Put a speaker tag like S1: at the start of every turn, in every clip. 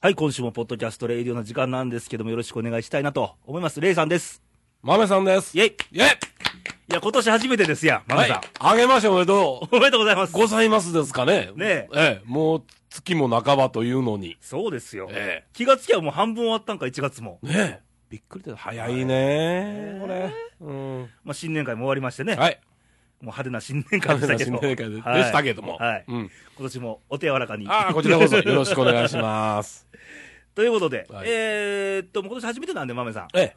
S1: はい、今週もポッドキャストレイディオの時間なんですけども、よろしくお願いしたいなと思います。レイさんです。
S2: 豆さんです。
S1: イェイ
S2: イェ
S1: い
S2: イ
S1: や、今年初めてですやん、マメ
S2: は
S1: さん、
S2: い。あげましょうおめでと
S1: おめでとうございます
S2: う。。ございますですかね。
S1: ね
S2: ええ。もう月も半ばというのに。
S1: そうですよ。
S2: え
S1: 気がつきゃもう半分終わったんか、1月も。
S2: ねえ。びっくりで早いねこれ。うん。
S1: まあ、新年会も終わりましてね。
S2: はい。
S1: もう派手な新年会でしたけど。
S2: 派手な新年会で
S1: はい
S2: でしたけども
S1: はい。
S2: うん
S1: 今年もお手柔らかに。
S2: ああ、こちらこそよろしくお願い します。
S1: ということで、
S2: はい
S1: えーっと、もう今年初めてなんで、マメさん。
S2: ええ。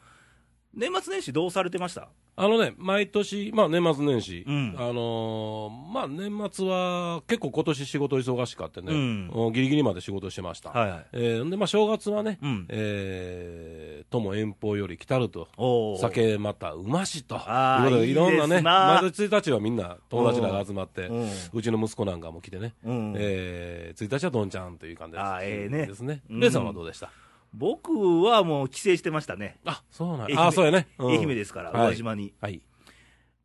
S1: 年末年始どうされてました
S2: あのね、毎年、まあ年末年始、
S1: うん
S2: あのーまあ年末は結構今年仕事忙しかってね、
S1: うん
S2: もうギリギリまで仕事してました。
S1: はいはい
S2: えーんで、まあ正月はね、
S1: うん
S2: えーとも遠方より来たると、
S1: おー
S2: 酒またうましと。と
S1: あー
S2: いうことで、いろんない
S1: いです
S2: ね、
S1: な
S2: 毎年1日はみんな友達らが集まって
S1: うんうん、
S2: うちの息子なんかも来てね、
S1: うん
S2: えー1日はどんちゃんという感じです
S1: あーええね
S2: ですね。
S1: うん
S2: レイさんはどうでした
S1: 僕はもう帰省してましたね。
S2: あ、そうなん
S1: 愛媛
S2: あー、そうやね。うん
S1: 愛媛ですから、宇
S2: はい
S1: 和島に。
S2: はい。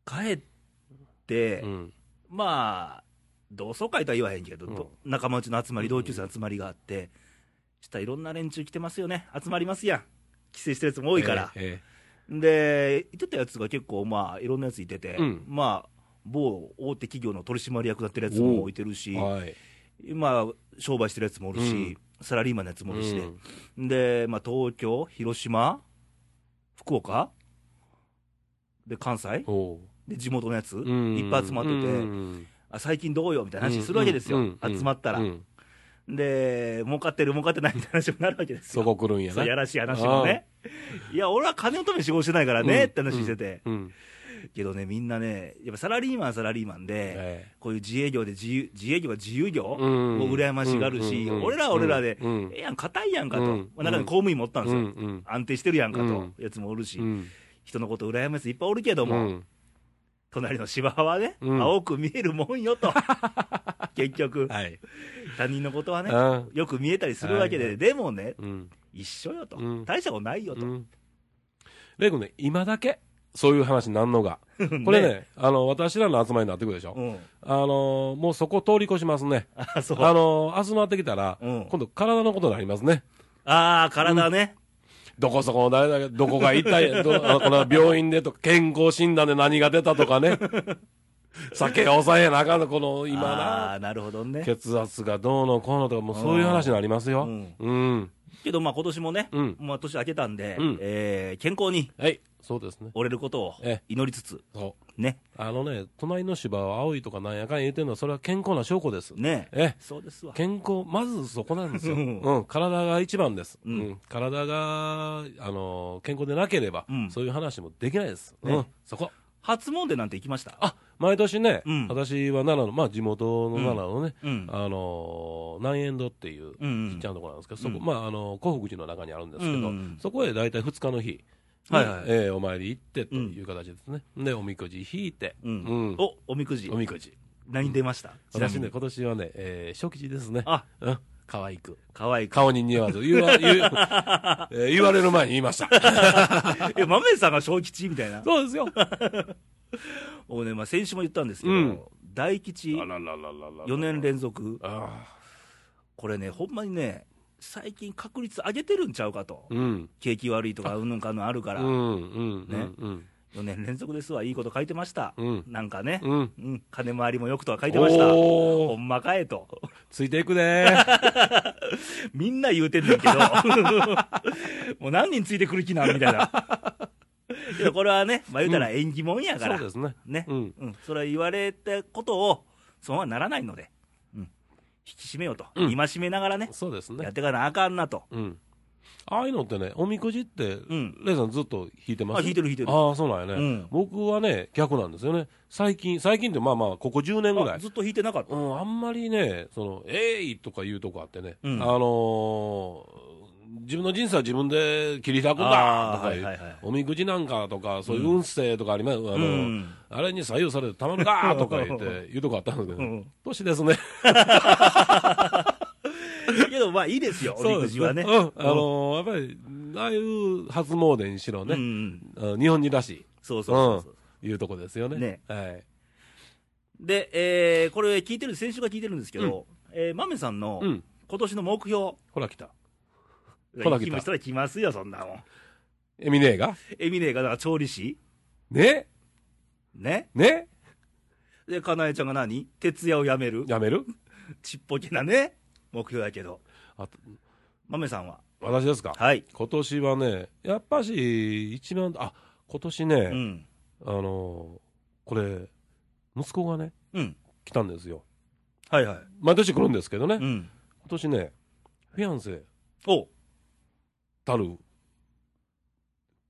S1: 帰って、
S2: うん。
S1: まあ、同窓会とは言わへんけど、ど仲間内の集まり、同級生の集まりがあって、したらいろんな連中来てますよね、集まりますやん、帰省してるやつも多いから、
S2: ええええ
S1: で、行ってたやつが結構、まあ、いろんなやついてて、
S2: うん
S1: まあ、某大手企業の取締役だってるやつも置いてるし、
S2: はい。
S1: まあ、商売してるやつもおるし、
S2: うん
S1: サラリーマンのやつもおるし、
S2: うん
S1: で、まあ、東京、広島、福岡、で関西
S2: おう
S1: で、地元のやつ、
S2: うん
S1: いっぱい集まってて。
S2: うん
S1: あ最近どうよみたいな話するわけですよ、
S2: うんうん
S1: 集まったら、
S2: うん
S1: で、儲かってる、儲かってないみたいな話になるわけです
S2: そ
S1: よ、
S2: こ来るんや
S1: そう
S2: な。
S1: やらしい話もね、いや、俺は金のために仕事してないからね、って話してて、
S2: うん。
S1: けどね、みんなね、やっぱサラリーマンはサラリーマンで、
S2: ええ
S1: こういう自営業で自由、自営業は自由業を
S2: うん
S1: 羨ましがるし、
S2: うん
S1: 俺らは俺らで、
S2: うん
S1: ええやん、硬いやんかと、
S2: うん
S1: まあ、中に公務員もおったんですよ、
S2: うんうん
S1: 安定してるやんかと、
S2: うん
S1: やつもおるし、
S2: うん
S1: 人のこと羨ましいいっぱいおるけど
S2: う
S1: も。
S2: ん
S1: 隣の芝生はね、
S2: うん
S1: 青く見えるもんよ と、結局、
S2: はい。
S1: 他人のことはね、
S2: あ
S1: よく見えたりするわけで、
S2: はいは
S1: でもね、
S2: うん。
S1: 一緒よと、
S2: うん
S1: 大したことないよと、
S2: うんレイ君ね、今だけ、そういう話なんの が。これね、あの、私らの集まりになってくるでしょ
S1: う。ん、
S2: あのー、もうそこ通り越しますね。
S1: あ そう、
S2: あのー、集まってきたら、
S1: うん
S2: 今度体のことになりますね。
S1: ああ、体ね、
S2: どこそこの誰だけ、どこが痛 い、どあのこの病院でとか、健康診断で何が出たとかね。 酒を抑えなあかんの、この今な。
S1: ああー、なるほどね、
S2: 血圧がどうのこうのとか、もうそういう話になりますよ。
S1: う
S2: うんん。
S1: けど、まあ今年もね、
S2: うん
S1: まあ、年明けたんで、
S2: うん
S1: えー健康に
S2: はい、そうですね。
S1: 折れることを
S2: え
S1: 祈りつつ、
S2: そう。
S1: ね、
S2: あのね、隣の芝は青いとかなんやかん言うてるのは、それは健康な証拠です。
S1: ね、
S2: ええ
S1: そうですわ、
S2: 健康、まずそこなんですよ。
S1: う
S2: うんん、体が一番です。
S1: う
S2: うんん、体が、あの健康でなければ、
S1: うん
S2: そういう話もできないです。
S1: ね
S2: うん、そこ。
S1: 初詣なんて行きました、
S2: あ、毎年ね、
S1: うん
S2: 私は奈良の、まあ地元の奈良のね、
S1: うん
S2: あの南円堂っていう、
S1: うんうん
S2: ちっちゃなところなんですけど、そ
S1: う
S2: こ、
S1: ん
S2: まあ、あの、古福寺の中にあるんですけど、
S1: うんうん
S2: そこへ大体2日の日に、
S1: はいはい
S2: えーお参り行ってという形ですね。で、おみくじ引いて、
S1: うん
S2: うん
S1: おおみくじ
S2: お、みくじ。
S1: 何出ました、ちなみ
S2: 私
S1: に
S2: ね、今年はね、えー、初吉ですね。
S1: あ
S2: うん、可愛く。
S1: 可愛い
S2: 顔に似合わず、言わ、言うえー言われる前に言いました。
S1: え、豆さんが小吉みたいな。
S2: そう ですよ。あ
S1: 僕ね、まあ、先週も言ったんですけど、
S2: うん
S1: 大吉、
S2: らららららら
S1: 4年連続、
S2: あ
S1: これね、ほんまにね、最近確率上げてるんちゃうかと
S2: ー。うん。
S1: 景気悪いとか、うんぬんかんぬんあるから、
S2: うん、うん、
S1: ね
S2: うん、
S1: 4年連続ですわ、いいこと書いてました。
S2: うん
S1: なんかね、
S2: うん。
S1: うん金回りもよくとは書いてました。
S2: おー
S1: ほんまかえと。
S2: ついていく ねー
S1: みんな言うてんねんけ ど、もう何人ついてくる気なんみたいな。いやこれはね、まあ、言うたら縁起もんやから、
S2: そうですね。
S1: ね、う
S2: うんん
S1: それは言われたことを、そうはならないので、うん、引き締めようと、
S2: うん
S1: 戒めながらね、
S2: そうです
S1: やっ
S2: ね。
S1: ていかなあかんなと、
S2: うん。ああいうのってね、おみくじって、
S1: ん
S2: レイさんずっと引いてます
S1: あ引いてる引いてる
S2: ああ、そうなんやね、
S1: うん
S2: 僕はね、逆なんですよね。最近、最近ってまあまあ、ここ10年ぐら
S1: あ
S2: い。
S1: ずっと引いてなかった、
S2: うん、あんまりね、その、えいとか言うとこあってね、
S1: うん
S2: あのー自分の人生は自分で切り開くんだと
S1: あー
S2: かいう、
S1: はいはいはい
S2: おみくじなんかとか、そういう運勢とかあります、あのー
S1: うん
S2: あれに左右されてたまるか とか言って、言うとこあったんですけど、
S1: うん
S2: 年ですね。
S1: けど、まあいいですよ、お
S2: そう
S1: み
S2: で
S1: く
S2: す
S1: じはね。
S2: うん、あのーやっぱり、ああいう初詣にしろ
S1: うんう
S2: ね、
S1: ん、
S2: うん日本人らしい、
S1: そうそうそうそう、
S2: うん、いうとこですよね。
S1: ね
S2: はい。
S1: で、えーこれ、聞いてる、先週が聞いてるんですけど、えー、まめさんの
S2: うん
S1: 今年の目標、
S2: ほら来た。ほな
S1: 勤
S2: 来た
S1: 務したら来ますよ、そんなもん。
S2: エミネーが
S1: エミネが、だから調理師
S2: ね
S1: ね。
S2: ね
S1: で、かなえちゃんが何徹夜をやめる。
S2: やめる
S1: ちっぽけなね、目標やけど。
S2: あと
S1: 豆さんは。
S2: 私ですか
S1: はい。
S2: 今年はね、やっぱし、一番、あ、今年ね、
S1: うん。
S2: あの、これ、息子がね、
S1: うん。
S2: 来たんですよ。
S1: はいはい。
S2: 毎年来るんですけどね、
S1: う
S2: 今
S1: ん。
S2: 年ね、フィアンセ
S1: おう
S2: たる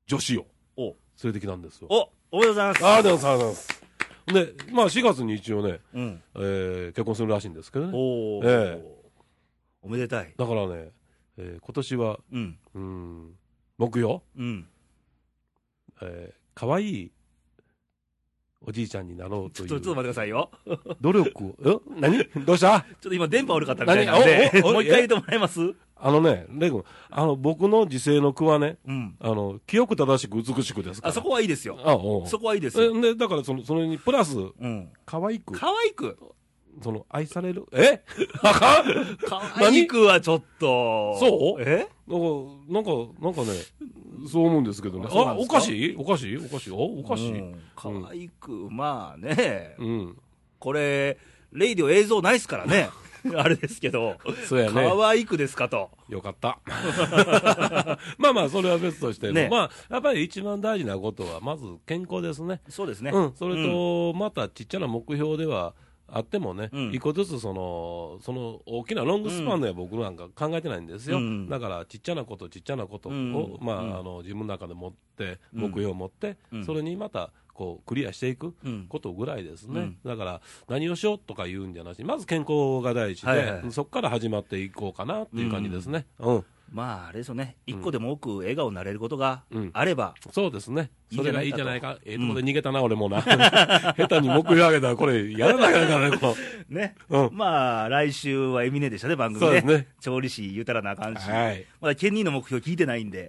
S2: 女子を
S1: おう
S2: 連れてきたんですよ。
S1: おおめでとうございます。
S2: ありがとうございます。で、まあ4月に一応ね、
S1: うん。
S2: えー結婚するらしいんですけどね。
S1: おお、
S2: え
S1: おめでたい。
S2: だからね、えー今年は、
S1: うん。
S2: うーん、木曜、
S1: うん。
S2: えー、可愛いおじいちゃんになろう
S1: ち
S2: と
S1: ょ
S2: い
S1: っと、ちょっと
S2: う
S1: 待ってくださいよ。
S2: 努力を、え何どうした
S1: ちょっと今電波悪かったみたいなんで
S2: 何、おおお
S1: もう一回入れてもらえますう
S2: あのね、レイ君、あの、僕の自制の句はね、
S1: ん。
S2: あの、清く正しく美しくですから。
S1: あ、そこはいいですよ。
S2: あ、おう
S1: そこはいいですよ。
S2: えで、だからその、それに、プラス、
S1: うん。
S2: 可愛く、
S1: 可愛く。
S2: その、愛される、え あかんなんか、
S1: 可愛くはちょっと。
S2: そう
S1: え
S2: なんか、なんかね、そう思うんですけどね。
S1: あそうな
S2: あ、
S1: んで
S2: お
S1: すか
S2: かしいおかしいおかしいあおかしい
S1: うん可愛く、まあね。
S2: うん。
S1: これ、レイディオ映像ないですからね。 あれですけど。
S2: そうやね。
S1: 可愛くですかと。
S2: よかった。 まあまあ、それは別としても、
S1: ね
S2: まあ、やっぱり一番大事なことは、まず健康ですね。
S1: そうですね。
S2: うん、それと、またちっちゃな目標ではあってもね、
S1: うん
S2: 一個ずつその、その大きなロングスパンでは僕なんか考えてないんですよ、
S1: うん
S2: だからちっちゃなこと、ちっちゃなことを、
S1: うん
S2: まあ
S1: うん
S2: あの自分の中で持って、
S1: うん
S2: 目標を持って、
S1: うん
S2: それにまたこうクリアしていく。
S1: うん。
S2: ことぐらいですね、
S1: うん
S2: だから何をしようとか言うんじゃなしまず健康が第一で、
S1: はいはい
S2: そこから始まっていこうかなっていう感じですね、うん
S1: まあ、あれですよね。一個でも多く笑顔になれることが
S2: うん
S1: あれば、
S2: そうですね
S1: いい
S2: そ
S1: んじ
S2: れ
S1: ゃな
S2: が
S1: い
S2: いい
S1: か
S2: じ
S1: と
S2: ゃないかええとこで逃げたな、俺もな 下手に目標上げたらこれやらなきゃだからねこ
S1: ね。
S2: の、うん、
S1: まあ、来週はエミネでしたね、番組
S2: そうで
S1: ね。
S2: すね
S1: 調理師言うたらなあかんし。
S2: はい。
S1: まだケニーの目標聞いてないんで。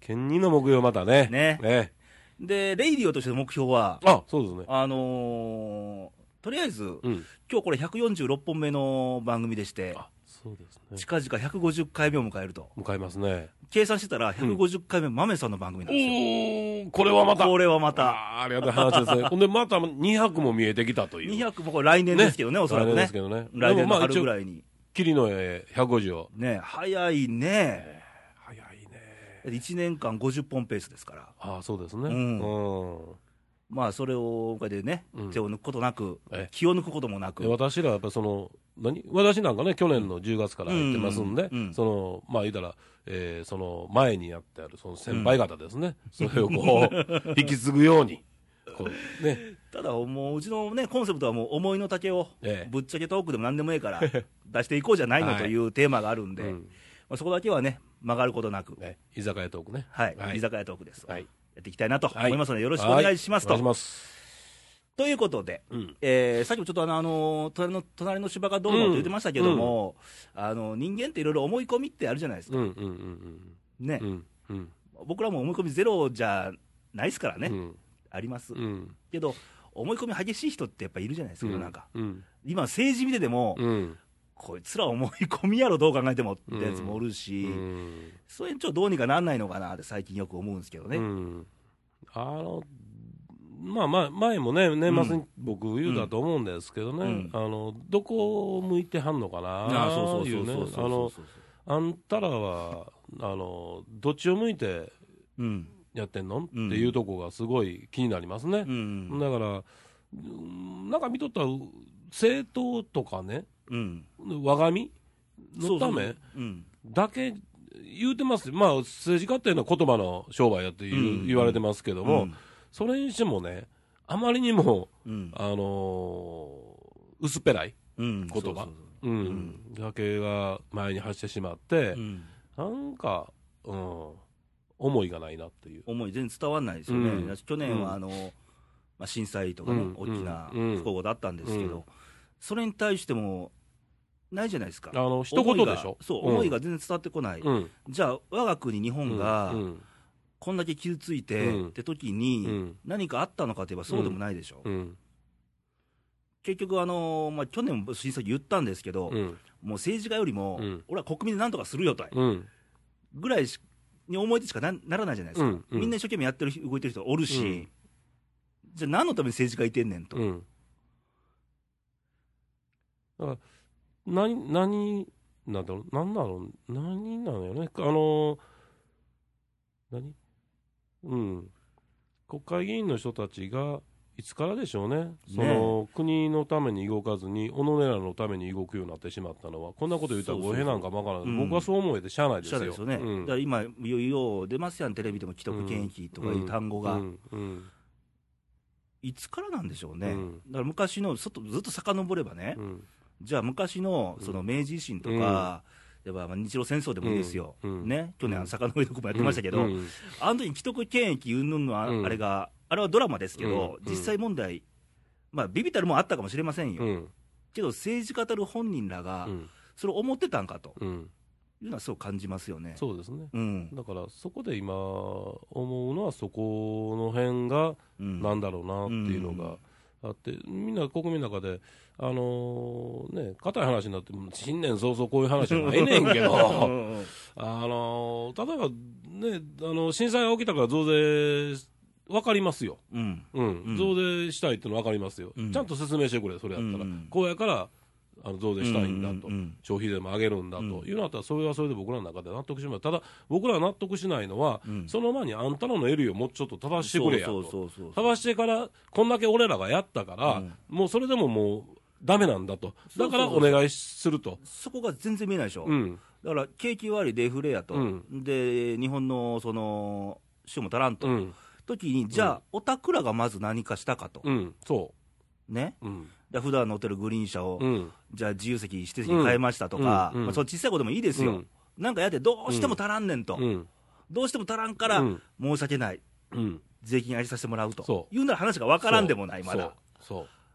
S2: 県人の目標またね。
S1: ねで、レイディオとしての目標は、
S2: あ、そうですね。
S1: あのーとりあえず、
S2: うん。
S1: 今日これ146本目の番組でして、
S2: あ、そうですね。
S1: 近々150回目を迎えると。
S2: 向かいますね。
S1: 計算してたら150回目、マメさんの番組なんですよ。
S2: おお、これはまた。
S1: これはまた、
S2: あーありがたい話です ね。ほんで、また200も見えてきたという。
S1: 200もこれ来年ですけどね、おそらく
S2: 来年で
S1: ね
S2: す。けどね。
S1: 来年の春ぐ
S2: い。
S1: らいに。
S2: 霧の絵150を。
S1: ね、早いね。
S2: 早いね。
S1: 1年間50本ペースですから。
S2: ああ、そうですね。
S1: う
S2: うんん。
S1: まあ、それを、でね
S2: う、ん
S1: 手を抜くことなく
S2: ええ、
S1: 気を抜くこともなく
S2: で。私ら、やっぱその、何私なんかね、去年の10月から入ってますん
S1: う
S2: で、
S1: んうんうん
S2: その、まあ言うたら、えーその前にやってある、その先輩方ですね、それを こう、引き継ぐように、こう、ね、
S1: ただ、もう、うちのね、コンセプトはもう、思いの丈を
S2: ええ、
S1: ぶっちゃけトークでも何でもええ から、出していこうじゃないの
S2: はい
S1: というテーマがあるんで、
S2: う
S1: ま
S2: ん
S1: あそこだけはね、曲がることなく、
S2: ね、居酒屋トークね。
S1: はい
S2: は、い
S1: 居酒屋トークです。や
S2: はい。
S1: っていきたいなと思いますので、よろしくお願いします
S2: はいお
S1: と。
S2: 願いします。
S1: ということで、
S2: うん。
S1: えーさっきもちょっとあの、あの隣の隣の芝がどうのって言ってましたけども、あの人間っていろいろ思い込みってあるじゃないですか、
S2: うんうんうん
S1: ね
S2: うん。うんうん。
S1: 僕らも思い込みゼロじゃないですからね、
S2: うん。
S1: あります、
S2: うん。
S1: けど、思い込み激しい人ってやっぱいるじゃないですか、世の中、
S2: うん。
S1: 今、政治見てても、
S2: うん。
S1: こいつら思い込みやろ、どう考えてもってやつもおる
S2: う
S1: し、
S2: ん。
S1: そういうのちょっとどうにかなんないのかなって、最近よく思うんですけどね。
S2: うんあの、まあまあ、前もね、年末に僕言うたと思うんですけどね、
S1: う
S2: あの、どこを向いてはんのかな、
S1: ー
S2: いうね。あの、
S1: うそう
S2: あんたらは、あの、どっちを向いて
S1: うん、
S2: やってんのって
S1: うん
S2: いうとこがすごい気になりますね
S1: う。ん、
S2: だから、うんなんか見とったら、政党とかね、
S1: うん、
S2: 我が身のた
S1: そう
S2: め
S1: そううん、
S2: だけ言うてますよまあ、政治家っていうのは言葉の商売やって言う、
S1: うん
S2: 言われてますけども、それにしてもね、あまりにも、
S1: うん、
S2: あのー薄っぺらい、
S1: うん、
S2: 言
S1: そ
S2: 葉
S1: うそうそう
S2: うんだけが前に走ってしまって、
S1: うん
S2: なんか、うん、思いがないなっていう。
S1: 思い全然伝わらないですよね、
S2: うん
S1: 去年
S2: う
S1: は
S2: ん
S1: あの、まあ、震災とかね、
S2: うん
S1: 大きな
S2: うん
S1: 不幸だったんですけど、
S2: うん
S1: それに対しても、ないじゃないですか、
S2: あの一
S1: 思い
S2: 言でしょ
S1: がそう、
S2: ん
S1: 思いが全然伝わってこない、
S2: うん
S1: じゃあ、我が国、日本が
S2: うんうん
S1: こんだけ傷ついて、
S2: うん
S1: って時に、
S2: うん
S1: 何かあったのかといえばそうでもないでしょ、
S2: うん
S1: 結局、あのまあ、去年も震災言ったんですけど、
S2: うん
S1: もう政治家よりも、
S2: うん
S1: 俺は国民でなんとかするよと、
S2: うん
S1: ぐらいしに思い出しかなならないじゃないですか、
S2: うんうん
S1: みんな一生懸命やってる動いてる人おるし、
S2: うん
S1: じゃあ何のために政治家いてんねんと、
S2: うん。だから、何、何、なんだろう、なんだろう、何なのよね。あの、何うん。国会議員の人たちが、いつからでしょうね。その、国のために動かずに、己らのために動くようになってしまったのは、こんなこと言ったら
S1: そうそうそ
S2: 語
S1: う
S2: 弊なんかもわからな
S1: う
S2: い。
S1: ん
S2: 僕はそう思えてしゃあないです
S1: しゃあ
S2: よ。
S1: ないですよね、
S2: う
S1: だ
S2: ん
S1: から今、よいよ出ますやん、テレビでも既得権益とかいう単語が、
S2: うんうん
S1: いつからなんでしょうね、
S2: うん
S1: だから昔の、ちょっとずっと遡ればね、
S2: うん
S1: じゃあ昔のその明治維新とか、やっぱ日露戦争でもいいですよ、
S2: うんうん
S1: ね、去年、坂の上とかもやってましたけど、
S2: うん
S1: あの時に既得権益云々のあ
S2: うん
S1: あれが、あれはドラマですけど、
S2: うん
S1: 実際問題、まあ、ビビたるもんあったかもしれませんよ、
S2: うん
S1: けど政治家たる本人らが
S2: う、ん
S1: それを思ってたんかと
S2: うん
S1: いうのは、そう感じますよね。
S2: そうですね。
S1: うん
S2: だからそこで今思うのはそこの辺が
S1: うん
S2: なんだろうなっていうのがあって、みんな国民の中であのーね硬い話になっても新年早々こういう話じゃない ねんけ
S1: う
S2: ど
S1: んうんうん
S2: あのー例えばねあの震災が起きたから増税分かりますよ、
S1: うん
S2: うん
S1: うん
S2: 増税したいっての分かりますよ、
S1: うん
S2: ちゃんと説明してくれそれやったら、
S1: うんうん
S2: こうやからあの増税したいんだと、
S1: うんうん
S2: 消費税も上げるんだというのだったら、それはそれで僕らの中で納得します、ただ、僕らは納得しないのは、
S1: うん
S2: その前にあんたらの得るよ、もうちょっと正してくれや
S1: そう
S2: と、
S1: そうそうそう
S2: 正してから、こんだけ俺らがやったから、
S1: うん
S2: もうそれでももうだめなんだと、だから
S1: そうそ
S2: お
S1: うそう
S2: 願いすると、
S1: そこが全然見えないでしょ、
S2: うん、
S1: だから景気悪いデフレやと、
S2: う
S1: で日本のその州も足らんと、
S2: うん、
S1: 時に、じゃあ、おたくらがまず何かしたかと、
S2: うん、そ
S1: ね、
S2: う、うん、
S1: だから普段乗ってるグリーン車を、
S2: うん、
S1: じゃあ自由席、指定席に変えましたとか、
S2: うんうん
S1: まあ、そう小さいこともいいですよ、
S2: うん
S1: なんかやって、どうしても足らんねんと、
S2: うん、
S1: どうしても足らんから、
S2: うん
S1: 申し訳ない、
S2: うん。
S1: 税金ありさせてもらうと
S2: そ、
S1: いうなら話が分からんでもない、まだ。
S2: そうそう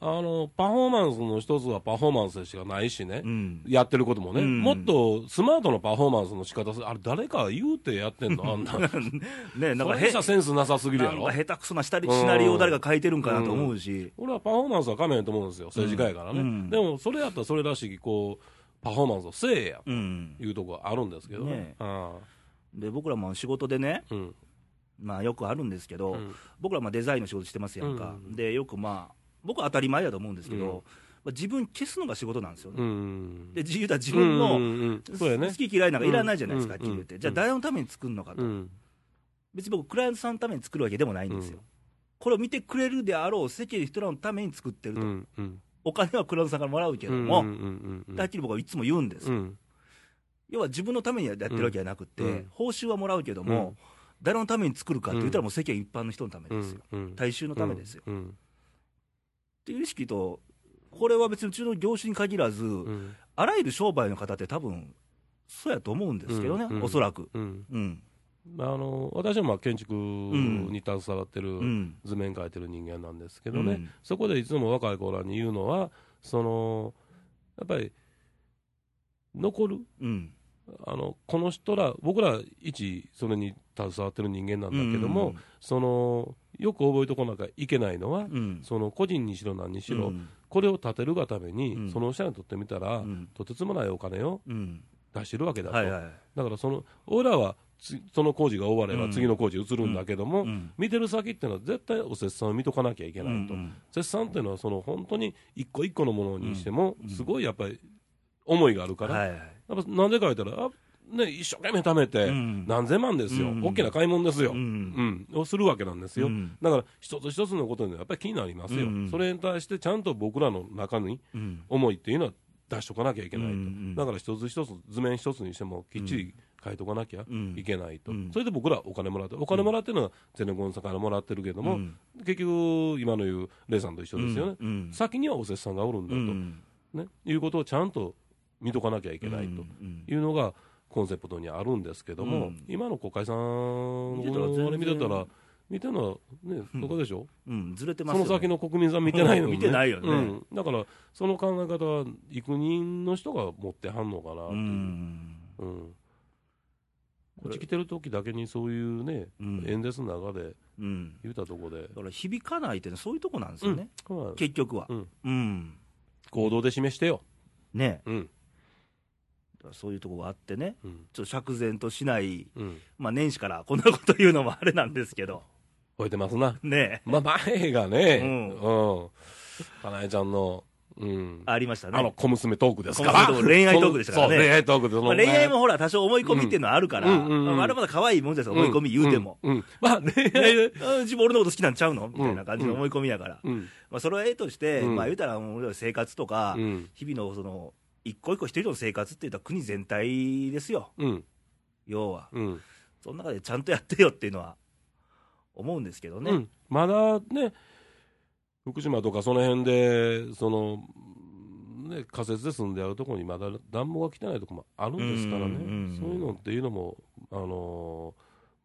S2: あのパフォーマンスの一つはパフォーマンスしかないしね、
S1: うん
S2: やってることもね、
S1: うん
S2: もっとスマートなパフォーマンスの仕方するあれ誰か言うてやってんのあんな
S1: ね、なん
S2: そ
S1: か
S2: れ
S1: へ
S2: じゃセンスなさすぎるや
S1: なん
S2: ろ
S1: か下手くそなシナリシナリオを誰が書いてるんかなと思うし、
S2: 俺はパフォーマンスはかめへんと思うんですよ政治家やからね、
S1: うん
S2: でもそれやったらそれらしきこうパフォーマンスをせえや
S1: うん
S2: いうとこあるんですけどね
S1: ね
S2: あ
S1: で僕らも仕事でね、
S2: あうん
S1: まあ、よくあるんですけど、
S2: うん
S1: 僕らまあデザインの仕事してますやんか、
S2: うん
S1: でよくまあ、僕は当たり前だと思うんですけど、
S2: うん
S1: まあ自分消すのが仕事なんですよね、
S2: うん
S1: で自由だ、自分の、
S2: うんうんうんそうやね
S1: 好き嫌いなんかいらないじゃないですか、
S2: うん
S1: はっきり言って、
S2: うん
S1: じゃあ、誰のために作るのかと、
S2: うん
S1: 別に僕、クライアントさんのために作るわけでもないんですよ、
S2: うん
S1: これを見てくれるであろう、世間の人らのために作ってる
S2: う
S1: と、
S2: んうん
S1: お金はクライアントさんからもらうけど
S2: うん
S1: も、
S2: うんうんうん
S1: はっきり僕はいつも言うんですよ、
S2: うん
S1: 要は自分のためにやってるわけじゃなくて、
S2: うん
S1: 報酬はもらうけども、
S2: うん
S1: 誰のために作るかって言ったら、もう世間一般の人のため
S2: う
S1: ですよ、
S2: んうん
S1: 大衆のためですよ。
S2: うんうん
S1: っていう意識と、これは別にうちの業種に限らず、
S2: うん
S1: あらゆる商売の方って多分そうやと思うんですけどね、
S2: うんうん
S1: おそらく。
S2: うん
S1: うん。
S2: あの私はまあ建築に携わってる、
S1: うん。
S2: 図面描いてる人間なんですけどね、
S1: うん
S2: そこでいつも若い子らに言うのはそのやっぱり残る
S1: うん。
S2: あのこの人ら僕ら一それに携わってる人間なんだけども、
S1: うん
S2: そのよく覚えておかなきゃいけないの
S1: う
S2: は、
S1: ん。
S2: その個人にしろ何にしろ、
S1: うん
S2: これを建てるがために、
S1: うん
S2: その社にとってみたら、
S1: うん
S2: とてつもないお金を
S1: うん。
S2: 出してるわけだと、
S1: はいはい。
S2: だからその俺らはつその工事が終われ
S1: う
S2: ば
S1: ん
S2: 次の工事移るんだけども、
S1: うん
S2: 見てる先っていうのは絶対お節さんを見とかなきゃいけないと、
S1: うんうん
S2: 節さんっていうのはその本当に一個一個のものにしてもすごいやっぱり思いがあるから、
S1: はいはい。
S2: やっぱなんでか言ったらあね、一生懸命貯めて
S1: うん
S2: 何千万ですよ、
S1: うん
S2: 大きな買い物ですよ、
S1: う
S2: うんんをするわけなんですよ、
S1: うん
S2: だから一つ一つのことにはやっぱり気になりますよ、
S1: うん
S2: それに対してちゃんと僕らの中に
S1: うん。
S2: 思いっていうのは出しとかなきゃいけないと、
S1: うんうん
S2: だから一つ一つ図面一つにしてもきっちり書いとかなきゃ
S1: うん
S2: いけないと、
S1: うん
S2: それで僕らお金もらってお金もらってるのはゼネコンさんからもらってるけども、
S1: うん
S2: 結局今の言うレイさんと一緒ですよね、
S1: うん
S2: 先にはおせさんがおるんだ
S1: う
S2: と、
S1: ん。
S2: ね、いうことをちゃんと見とかなきゃいけないと
S1: うん
S2: いうのがコンセプトにあるんですけども、
S1: うん
S2: 今の国会さん
S1: 見てたら全
S2: の
S1: 然
S2: あれ見てたら見てるのはねそこでしょ、
S1: うん。ずれてま
S2: そ
S1: すよ
S2: の
S1: ね。
S2: 先の国民さん見てないのに、
S1: 見てないよね
S2: うんだから、その考え方は、幾人の人が持ってはんのかなっ
S1: う
S2: ていう、
S1: ん。
S2: うんこっち来てる時だけにそういうね、
S1: うん
S2: 演説の中で、
S1: うん。
S2: 言うたとこで
S1: だ、から響かないっていうのはそういうとこなんです
S2: う
S1: よ
S2: ん
S1: ね、
S2: そうなんです
S1: 結局は
S2: う。ん
S1: うん。
S2: 行動で示してよ、
S1: ね。
S2: うん
S1: からそういうとこがあってね、
S2: うん
S1: ちょっと釈然としない、
S2: うん
S1: まあ、年始からこんなこと言うのもあれなんですけど、
S2: 覚えてますな
S1: ね
S2: まあ前がね、
S1: う
S2: うん
S1: ん、
S2: かなえちゃんの、うん、
S1: ありました
S2: あの
S1: ね。
S2: 小娘トークですから、
S1: 小娘トーク恋愛トークでしたからね
S2: そう恋愛トークでその、
S1: まあ、恋愛もほら、多少思い込みっていうのはあるから、
S2: うんうんうんうん
S1: まあ、あれまだ可愛いもんじゃないですか、思い込み言うても。
S2: ん、うんまあ恋
S1: ね
S2: 愛、
S1: うん自分俺のこと好きなんちゃうのみたいな感じの思い込みやから。
S2: うん
S1: まあ、それはええとして、
S2: うん
S1: まあ、言うたら、もう生活とか、
S2: うん
S1: 日々のその、一個一個一人の生活って言ったら国全体ですよ、
S2: うん
S1: 要は。
S2: うん
S1: その中でちゃんとやってよっていうのは、思うんですけどね。
S2: うん、まだね、福島とかその辺で、その、ね、仮設で住んであるところにまだ暖房が来てないところもあるんですからね、
S1: うんうんうん
S2: そういうのっていうのも、あの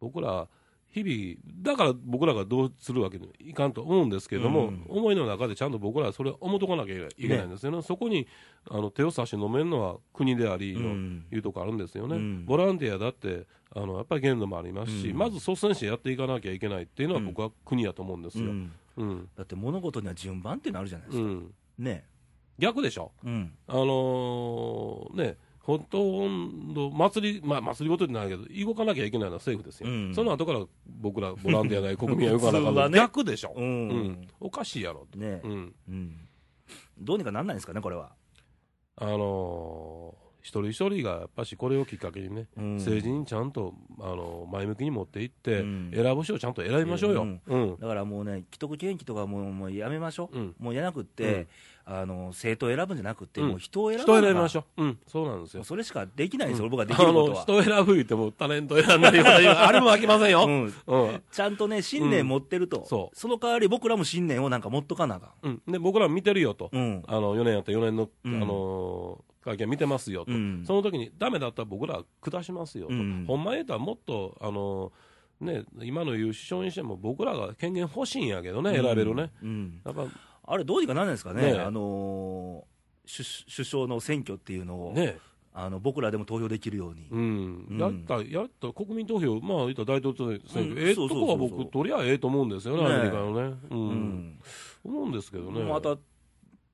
S2: ー僕ら、日々、だから僕らがどうするわけにはいかんと思うんですけども、
S1: うん
S2: 思いの中でちゃんと僕らはそれを思っとかなきゃいけないんですよね、そこにあの手を差し伸べるのは国であり、
S1: うん
S2: いうとこあるんですよね、
S1: うん
S2: ボランティアだってあのやっぱり限度もありますし、
S1: うん
S2: まず率先してやっていかなきゃいけないっていうのは僕は国やと思うんです
S1: う
S2: よ、
S1: ん
S2: うん
S1: だって物事には順番っていうのあるじゃないです
S2: う
S1: か。
S2: ん
S1: ね
S2: 逆でしょ、
S1: うん。
S2: あのーね本当、祭り、まあ、祭りごとじゃないけど、動かなきゃいけないのは政府ですよ、
S1: うん
S2: その後から僕ら、ボランティアなり、国民は動か なきゃい
S1: 普通
S2: けない、
S1: はね
S2: 逆でしょ、
S1: うん
S2: おかしいやろって、
S1: ね
S2: うん
S1: うん。どうにかなんないんですかね、これは。
S2: あのー一人一人がやっぱし、これをきっかけにね、
S1: うん
S2: 政治にちゃんと、あのー前向きに持っていって、
S1: うん
S2: 選ぶ人をちゃんと選びましょうよ。
S1: うん
S2: うん
S1: だからもうね、既得権益とかもうもうやめましょう、
S2: うん
S1: もうやなくって、あの政党選ぶんじゃなくって、
S2: うん
S1: もう人を選ぶ
S2: 人を選びまし
S1: ょ
S2: ょう、うん、そうなんですよ
S1: う、、それしかできないんですよ、僕がで
S2: あ
S1: きること
S2: の
S1: は。
S2: 人を選ぶ言っても、タレント選んだり、あれも飽きませんよ、
S1: うん
S2: うん
S1: ちゃんとね、信念持ってると、
S2: んそう
S1: の代わり僕らも信念をなんか持っとかなあか
S2: うん、で僕ら見てるよと、
S1: ん、うん、
S2: あの4年やったら4年の、
S1: うん
S2: あのー会見見てますよと、
S1: うん
S2: その時に、ダメだったら僕らは下しますよと、
S1: うん
S2: ほんま言うたらもっと、あのーね、今の言う首相にしても、僕らが権限欲しいんやけどね、選べるね、
S1: うん
S2: やっぱ
S1: あれ、どうにかなんないですかね、
S2: ねえ
S1: あのー首首相の選挙っていうのを、
S2: ね、
S1: あの僕らでも投票できるように、
S2: うん、
S1: うん
S2: やったら、やったら国民投票、まあ、言ったら大統領選挙、
S1: うん
S2: ええ
S1: そ
S2: と
S1: うそうそ
S2: こ
S1: うそ
S2: は
S1: う
S2: 僕、とりあえずええと思うんですよね、
S1: ね
S2: アメリカのね。う
S1: うんん
S2: 思うんですけどね。
S1: また、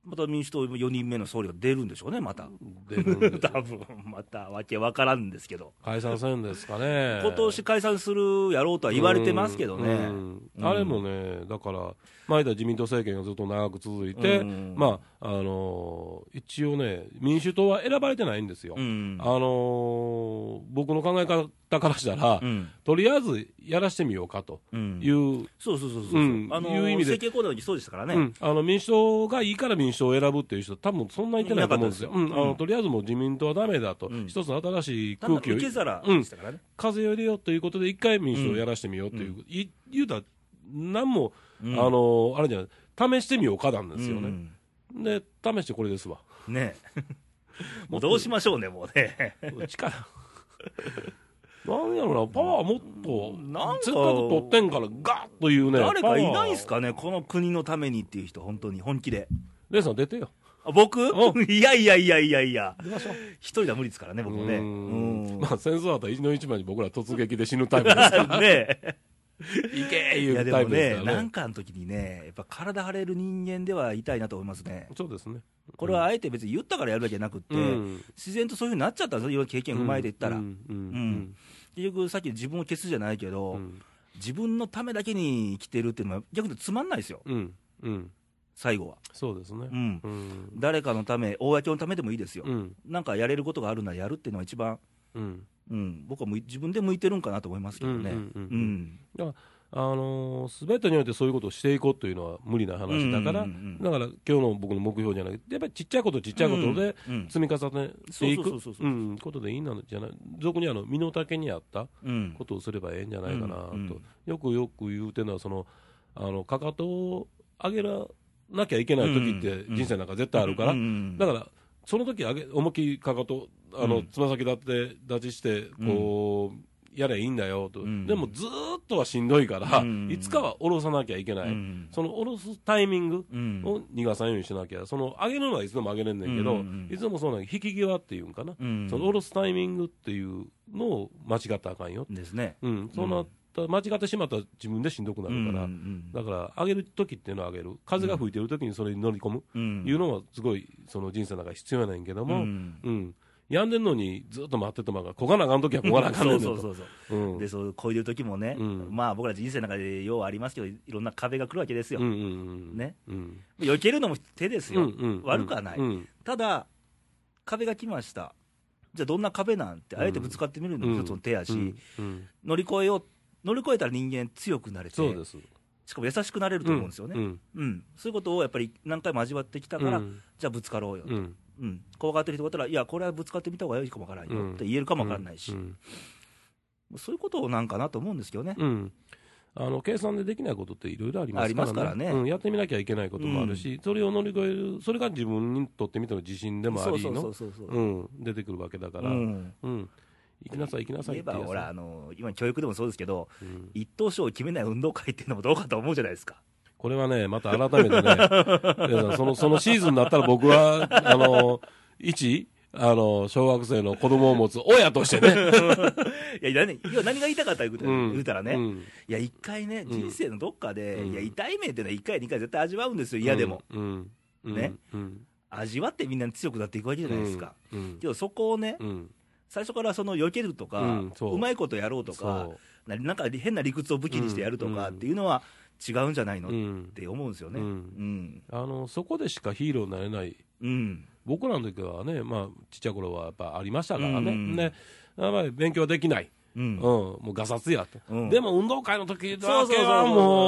S1: また民主党4人目の総理が出るんでしょうね、また。
S2: 出るんで
S1: 多分またわけわからんですけど、
S2: 解散せんですかね。
S1: 今年解散するやろうとは言われてますけどね、
S2: うん
S1: うん
S2: あれもね、だから、前田自民党政権がずっと長く続いて、
S1: うん
S2: まあ、あのー一応ね、民主党は選ばれてないんですよ。
S1: うん
S2: あのー僕の考え方からしたら、
S1: うん
S2: とりあえずやらしてみようかと
S1: うん
S2: いう、
S1: そうそうそうそう、
S2: うん
S1: あの
S2: いう意味で
S1: 政権行動の時そうでしたからね、
S2: うんあの民主党がいいから民主党を選ぶっていう人、多分そんないてないと思うんですよ、
S1: いなかったです
S2: う
S1: よ
S2: んあの
S1: うん
S2: とりあえずもう自民党はだめだと、
S1: うん
S2: 一つの新しい
S1: 単
S2: 空
S1: な
S2: 気
S1: る
S2: を
S1: 受け皿
S2: うん
S1: でしたからね、
S2: 風を入れようということで、一回民主党をやらしてみようという、い言うたら、なんも、
S1: うん
S2: あのあれじゃない、試してみようかなんですよね、で試してこれですわ、
S1: うん ねもうどうしましょうね、もうね、
S2: 力、 なんやろな、パワーも
S1: なん
S2: っ
S1: か
S2: と、せっかく取ってんから、ガッというね、
S1: 誰かいないです
S2: か
S1: かね、この国のためにっていう人、本当に本気で、
S2: レイさん、出てよ、
S1: あ僕
S2: う、
S1: いやいやいやいやいや、
S2: 出ましょう。
S1: 一人では無理ですからね、僕もね。
S2: うーん
S1: うん、
S2: まあ、戦争だったら一の一番に僕ら突撃で死ぬタイプですか
S1: ね
S2: ら
S1: え
S2: いけー
S1: いや
S2: いう
S1: で
S2: タイ
S1: も
S2: プです
S1: ね、
S2: からね。
S1: なんかの時にね、やっぱ体張れる人間では痛いなと思いますね。
S2: そうですね。
S1: これはあえて別に言ったからやるわけじゃなくって、
S2: うん
S1: 自然とそういうふうになっちゃったんですよ、いろいろ経験踏まえていったら、
S2: うんうん
S1: ん結局、さっき自分を消すじゃないけど、
S2: うんうん
S1: 自分のためだけに生きてるっていうのは、逆につまんないですよ、
S2: うんうん
S1: 最後は。
S2: そうですね
S1: う。ん、
S2: うん
S1: 誰かのため、公のためでもいいですよ、
S2: うん
S1: なんかやれることがあるならやるっていうのは一番、
S2: うん
S1: うん、僕は向い自分で向いてるんかなと思いますけどね。
S2: う
S1: うん
S2: うんうんうん
S1: ん
S2: あのー、全てにおいてそういうことをしていこうというのは無理な話だから、
S1: うんうんうん
S2: だから今日の僕の目標じゃなくて、やっぱりちっちゃいことちっちゃいことで
S1: うんうん
S2: 積み重ねていく
S1: そうそうそうそうそう
S2: うんことでいいんじゃない、俗にあの身の丈に合った
S1: うん
S2: ことをすればええんじゃないかなと、
S1: うんうん
S2: よくよく言うてのはそのあの、かかとを上げなきゃいけない時って、人生なんか絶対あるから、
S1: うんうん
S2: だから、その時上げ思いっきりかかと、あの
S1: うん
S2: つま先立って立ちして、こう、やればいいんだよと、
S1: うん
S2: でもずーっとはしんどいから、
S1: うん
S2: いつかは下ろさなきゃいけない、
S1: うん
S2: その下ろすタイミング
S1: うん
S2: を逃がさんようにしなきゃ、その上げるのはいつでも上げれんねんけど、
S1: うんうんうん
S2: いつでもそうなんや引き際っていうんかな、
S1: うん
S2: その下ろすタイミングっていうのを間違ったらあかんよ、
S1: ですね。
S2: うん、そうなった、間違ってしまったら自分でしんどくなるから。
S1: うんうん
S2: だから上げる時っていうのは上げる、風が吹いてる時にそれに乗り込む、
S1: うん
S2: いうのはすごいその人生の中で必要やないんけど
S1: う
S2: も、うん
S1: ん
S2: 病んでんのにずっと待っててもあかんこがなあかん時はこがなあかんね
S1: そ
S2: ん
S1: うそう
S2: と
S1: そうそう
S2: うん
S1: でそうこういう時もね、
S2: うん
S1: まあ僕ら人生の中でようありますけどいろんな壁が来るわけですよ、
S2: うんうんうん
S1: ね
S2: うん
S1: 避けるのも手ですよ、
S2: うんうん
S1: 悪くはない
S2: うん
S1: ただ壁が来ましたじゃあどんな壁なんてあえてぶつかってみるのも一つの手やし、
S2: うんうん
S1: 乗り越えよう乗り越えたら人間強くなれて
S2: そうです
S1: しかも優しくなれると思うんですよね、
S2: う
S1: うん
S2: ん
S1: そういうことをやっぱり何回も味わってきたから、
S2: うん
S1: じゃあぶつかろうよ、
S2: う
S1: うん
S2: ん
S1: 怖がってる人がいたらいやこれはぶつかってみた方がよいかもわからんよって言えるかもわからないし、
S2: うん
S1: そういうことなんかなと思うんですけどね、
S2: うん、あの計算でできないことっていろいろありますからね
S1: ありますからね
S2: うん、やってみなきゃいけないこともあるし、それを乗り越える、それが自分にとってみての自信でもあ
S1: そう
S2: り
S1: そうそ
S2: の
S1: う、そうそう、
S2: うん、出てくるわけだから、う
S1: うんん
S2: 行きなさい、行きなさい
S1: 言え
S2: って
S1: ば
S2: やつ
S1: ほら、あの今、教育でもそうですけど、
S2: うん
S1: 一等賞を決めない運動会っていうのもどうかと思うじゃないですか、
S2: これはね、また改めてね、皆さんそのそのシーズンになったら僕は、あの一あの小学生の子供を持つ親として ね、
S1: いや、何要は何が言いたかったか
S2: うん
S1: 言うたらね、
S2: う
S1: い
S2: ん
S1: や、一回ね、
S2: ん
S1: 人生のどっかで、
S2: うん
S1: いや、痛い目っていうのは、一回、二回、絶対味わうんですよ、嫌でも、、
S2: うんうん
S1: ね
S2: うん、
S1: 味わってみんなに強くなっていくわけじゃないですか、
S2: うん、うん
S1: けどそこをね、
S2: うん
S1: 最初からその避けるとか、
S2: うん
S1: う
S2: そう
S1: まいことやろうとか
S2: そ、
S1: ななんか変な理屈を武器にしてやるとかっていうのは違うんじゃないの
S2: うう
S1: っ
S2: ん
S1: て思うんですよね。
S2: う
S1: うんん
S2: あのそこでしかヒーローになれない
S1: うん
S2: 僕らの時はね、まあ、ちっちゃい頃はやっぱありましたからね、
S1: うん
S2: ねやばい勉強できない、
S1: う
S2: う
S1: ん
S2: んもうガサツやと、
S1: うん
S2: でも運動会の時だ
S1: そうそう
S2: け
S1: そう
S2: は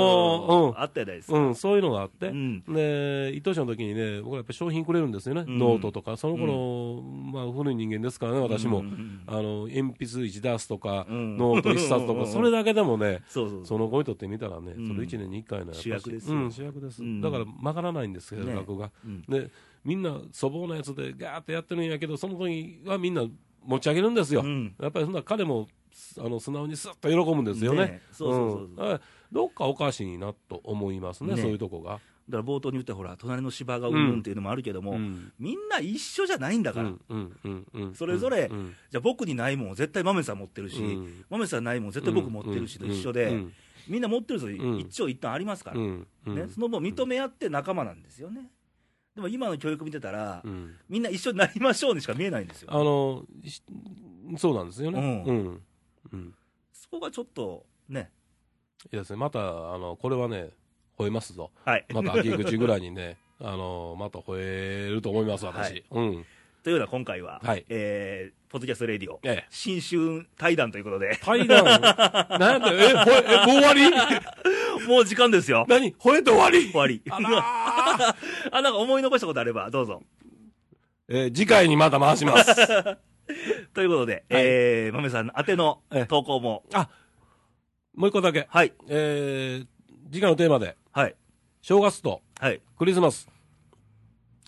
S2: も
S1: あったやないです
S2: う、う
S1: か、
S2: んうん、そういうのがあって、
S1: うん
S2: で伊藤賞の時にね、僕らやっぱ商品くれるんですよね、
S1: うん
S2: ノートとか、その頃、まあ古い人間ですからね、私も、
S1: うんうんうん
S2: あの鉛筆1ダースとか、
S1: うん
S2: ノート1冊と
S1: うんうんう
S2: か、
S1: ん
S2: それだけでもね、
S1: そうそうそう
S2: その後にとってみたらね、
S1: うん
S2: それ1年に1回のやっぱし
S1: 主役です
S2: う
S1: よ
S2: ん、主役です、
S1: うん
S2: だから曲がらないんですけど、
S1: ね
S2: 学校が、
S1: うん
S2: でみんな粗暴なやつでガーってやってるんやけどその時はみんな持ち上げるんですよ、
S1: うん
S2: やっぱりそんな彼もすあの素直にすっと喜ぶんですよね
S1: ねそうそうそうそうん
S2: だからどっかおかしいなと思いますね
S1: ね
S2: そういうとこが、
S1: だから冒頭に言ったほら隣の芝がうんうんっていうのもあるけども、
S2: うん
S1: みんな一緒じゃないんだ
S2: う
S1: から、
S2: んうんうんうん
S1: それぞれ
S2: うん
S1: じゃあ僕にないもんを絶対豆さん持ってるし、
S2: うん
S1: 豆さんないもん絶対僕持ってるしと一緒で、
S2: うん
S1: みんな持ってるぞ、
S2: ん
S1: 一長一短ありますから、
S2: うんうん
S1: ね、その分認め合って仲間なんですよねでも今の教育見てたら、
S2: うん
S1: みんな一緒になりましょうにしか見えないんですよ
S2: あのしそうなんですよね
S1: うん
S2: うんうん
S1: そこがちょっとね
S2: いいですねまたあのこれはね吠えま すぞ
S1: はい、
S2: また秋口ぐらいにねあのまた吠えると思います私、
S1: はい
S2: うん
S1: というような今回は、
S2: はい
S1: えーポッドキャストレディオ、
S2: ええ、
S1: 新春対談ということで
S2: 対談なんだえ、ほえ、えもう終わり
S1: もう時間ですよ。
S2: 何吠えて終わり
S1: 終わり。
S2: あらー
S1: あ、なんか思い残したことあれば、どうぞ。
S2: えー次回にまた回 します。
S1: ということで、
S2: はい
S1: えー、豆さん宛ての
S2: ええ
S1: 投稿も、
S2: あ、もう一個だけ。
S1: はい、
S2: えー次回のテーマで、
S1: はい、
S2: 正月と
S1: はい。
S2: クリスマス。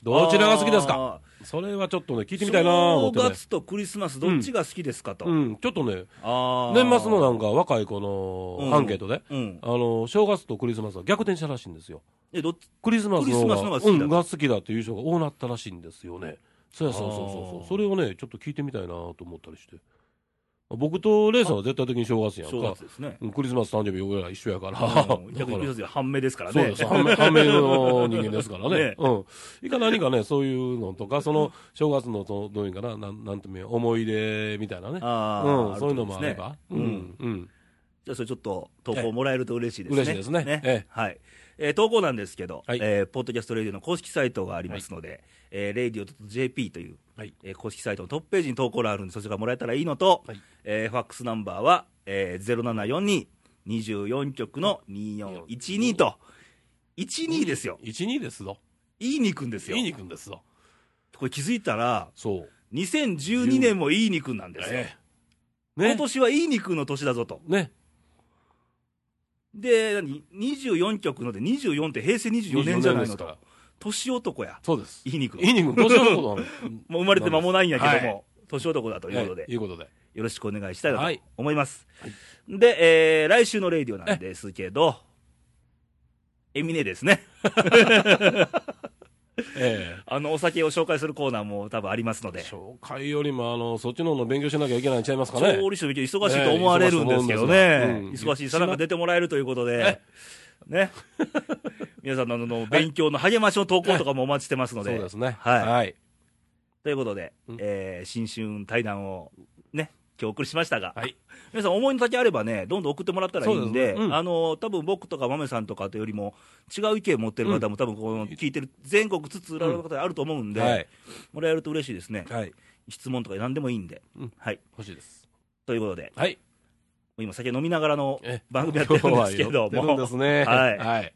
S2: どちらが好きですか
S1: あ
S2: それはちょっとね、聞い
S1: ー
S2: てみたいなー思って
S1: 正
S2: ね。
S1: 月とクリスマス、どっちが好きですかと。
S2: うん、ちょっとね、
S1: あー
S2: 年末のなんか若い子のアンケートで、
S1: うん。
S2: あの、正月とクリスマスは逆転したらしいんですよ。
S1: え、どっち
S2: クリスマスの方が
S1: クリスマスの方が好きだ
S2: うん、が好きだっていう人が多なったらしいんですよね。そうやそうそうそう
S1: あー
S2: そう。それをね、ちょっと聞いてみたいなと思ったりして。僕とレイさんは絶対的に正月やん
S1: 正
S2: か
S1: 月。ですね。
S2: うんクリスマス誕生日俺ら一緒やから。
S1: うん逆にクリスマス
S2: だ
S1: で半目ですか
S2: からら
S1: ね。
S2: そうです。半面半面の人間ですから ね。
S1: ね
S2: うん。いか何かね、そういうのとか、その、正月の、そのどういうんかな、なん、なんていうの思い出みたいなね。
S1: あー
S2: うん。そういうのもあれ
S1: ある
S2: ば。
S1: と
S2: う
S1: いいですね
S2: ん。うん。
S1: じゃあそれちょっと投稿もらえると嬉しいですね。
S2: 嬉しいですねええ
S1: はい。えー投稿なんですけど、
S2: はい
S1: えーポッドキャストレディオの公式サイトがありますので、えー radio.jp という、
S2: はい
S1: えー公式サイトのトップページに投稿欄あるんで、そちらがもらえたらいいのと、
S2: はい
S1: えーファックスナンバーは、えー、074224局の2412と、12ですよ。
S2: 12ですぞ。
S1: いい肉んですよ。
S2: いい肉ですぞ。
S1: これ気づいたら、
S2: そう。
S1: 2012年もいい肉なんですよ。
S2: ええ
S1: 今
S2: ね。
S1: 年はいい肉の年だぞと。
S2: ね。
S1: で、何 ?24 曲ので24って平成24年じゃないのと。。年男や。
S2: そうです。
S1: いい肉。
S2: イニング、どうしたことなの
S1: もう生まれて間もないんやけども、
S2: は
S1: 年男だということで、
S2: はいいうことで。
S1: よろしくお願いしたいな
S2: は
S1: と
S2: い
S1: 思います。で、えー来週のレイディオなんですけど、エミネですね。
S2: え
S1: あの、お酒を紹介するコーナーも多分ありますの
S2: え
S1: で、
S2: 紹介よりも、あの、そっちの方の勉強しなきゃいけないんちゃいますかね
S1: 調。理師の勉強忙しいと思われるんですけどね、
S2: ええ忙しいと思うんですがうん
S1: 忙しいさなか出てもらえるということで、 ね、皆さんのあの勉強の励ましの投稿とかもお待ちしてますの
S2: そう
S1: で、
S2: ですね。
S1: はい
S2: はい。
S1: ということで、
S2: うん
S1: えー新春対談をね、今日お送りしましたが、
S2: はい
S1: 皆さん思いの丈あればね、どんどん送ってもらったらいいん
S2: そう
S1: で、
S2: ですねうん
S1: あの、多分僕とか豆さんとかとよりも、違う意見を持ってる方も多分この聞いてる、全国つつ裏の方であると思うんで、
S2: はい、
S1: もらえると嬉しいですね。
S2: はい、
S1: 質問とか何でもいいんで。
S2: うん
S1: はい。
S2: 欲しいです
S1: ということで、
S2: はい
S1: 今酒飲みながらの
S2: え
S1: 番組やってるんですけど
S2: 今日はやってるんで
S1: も、
S2: すね
S1: はい
S2: はい、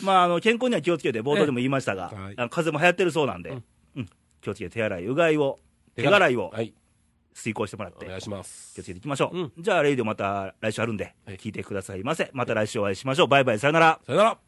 S1: まあ、あの、健康には気をつけて、冒頭でも言いましたが、
S2: えはい
S1: あの風邪も流行ってるそうなんで、
S2: うん
S1: うん気をつけて手洗い、うがいを、手洗いを
S2: はい
S1: 遂行してもらっ
S2: お
S1: て、
S2: 願いします
S1: 気をつけていきましょう。
S2: うん
S1: じゃあ、レイディオまた来週あるんで、
S2: はい
S1: 聞いてくださいませ。また来週お会いしましょう。バイバイ、さよなら。
S2: さよなら